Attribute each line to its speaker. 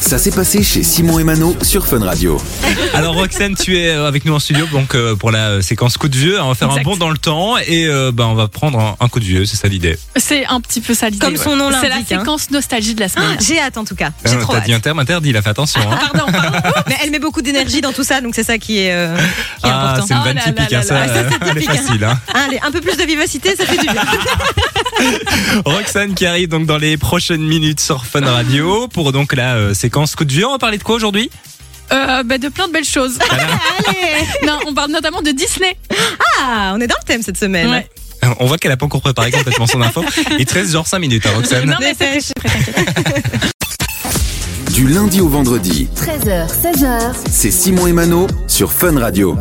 Speaker 1: Ça s'est passé chez Simon et Mano sur Fun Radio.
Speaker 2: Alors Roxane, tu es euh, avec nous en studio donc euh, pour la euh, séquence coup de vieux. On va faire
Speaker 3: Exact.
Speaker 2: un bond dans le temps et euh, ben, on va prendre un, un coup de vieux, c'est ça l'idée.
Speaker 3: C'est un petit peu ça l'idée.
Speaker 4: Comme son nom
Speaker 3: C'est la
Speaker 4: l'indique, hein. Ah,
Speaker 3: séquence nostalgie de la semaine.
Speaker 4: J'ai hâte en tout cas.
Speaker 2: Euh,
Speaker 4: J'ai trop
Speaker 2: T'as
Speaker 4: hâte.
Speaker 2: dit un terme interdit, il a fait attention.
Speaker 3: Ah,
Speaker 2: hein.
Speaker 4: Pardon, pardon. Mais elle met beaucoup d'énergie dans tout ça, donc c'est ça qui est, euh, qui est
Speaker 2: Ah, c'est
Speaker 4: important.
Speaker 2: une
Speaker 3: Oh
Speaker 2: vanne
Speaker 3: là
Speaker 2: typique,
Speaker 3: là
Speaker 2: hein,
Speaker 3: là
Speaker 2: ça,
Speaker 3: là.
Speaker 2: euh, elle est facile. hein.
Speaker 4: Hein, allez, un peu plus de vivacité, ça fait du bien.
Speaker 2: Roxane qui arrive donc dans les prochaines minutes sur Fun Radio pour donc la euh, séquence coup de vieux. On va parler de quoi aujourd'hui
Speaker 3: Euh, bah, de plein de belles choses.
Speaker 4: allez.
Speaker 3: non, on parle notamment de Disney.
Speaker 4: Ah, on est dans le thème cette semaine.
Speaker 3: Ouais.
Speaker 2: Euh, On voit qu'elle a pas encore préparé complètement son info. Il te reste genre 5 minutes, hein, Roxane.
Speaker 3: Non, mais c'est-
Speaker 4: Dépêche.
Speaker 1: Du lundi au vendredi,
Speaker 5: 13h, 16h.
Speaker 1: c'est Simon et Mano sur Fun Radio.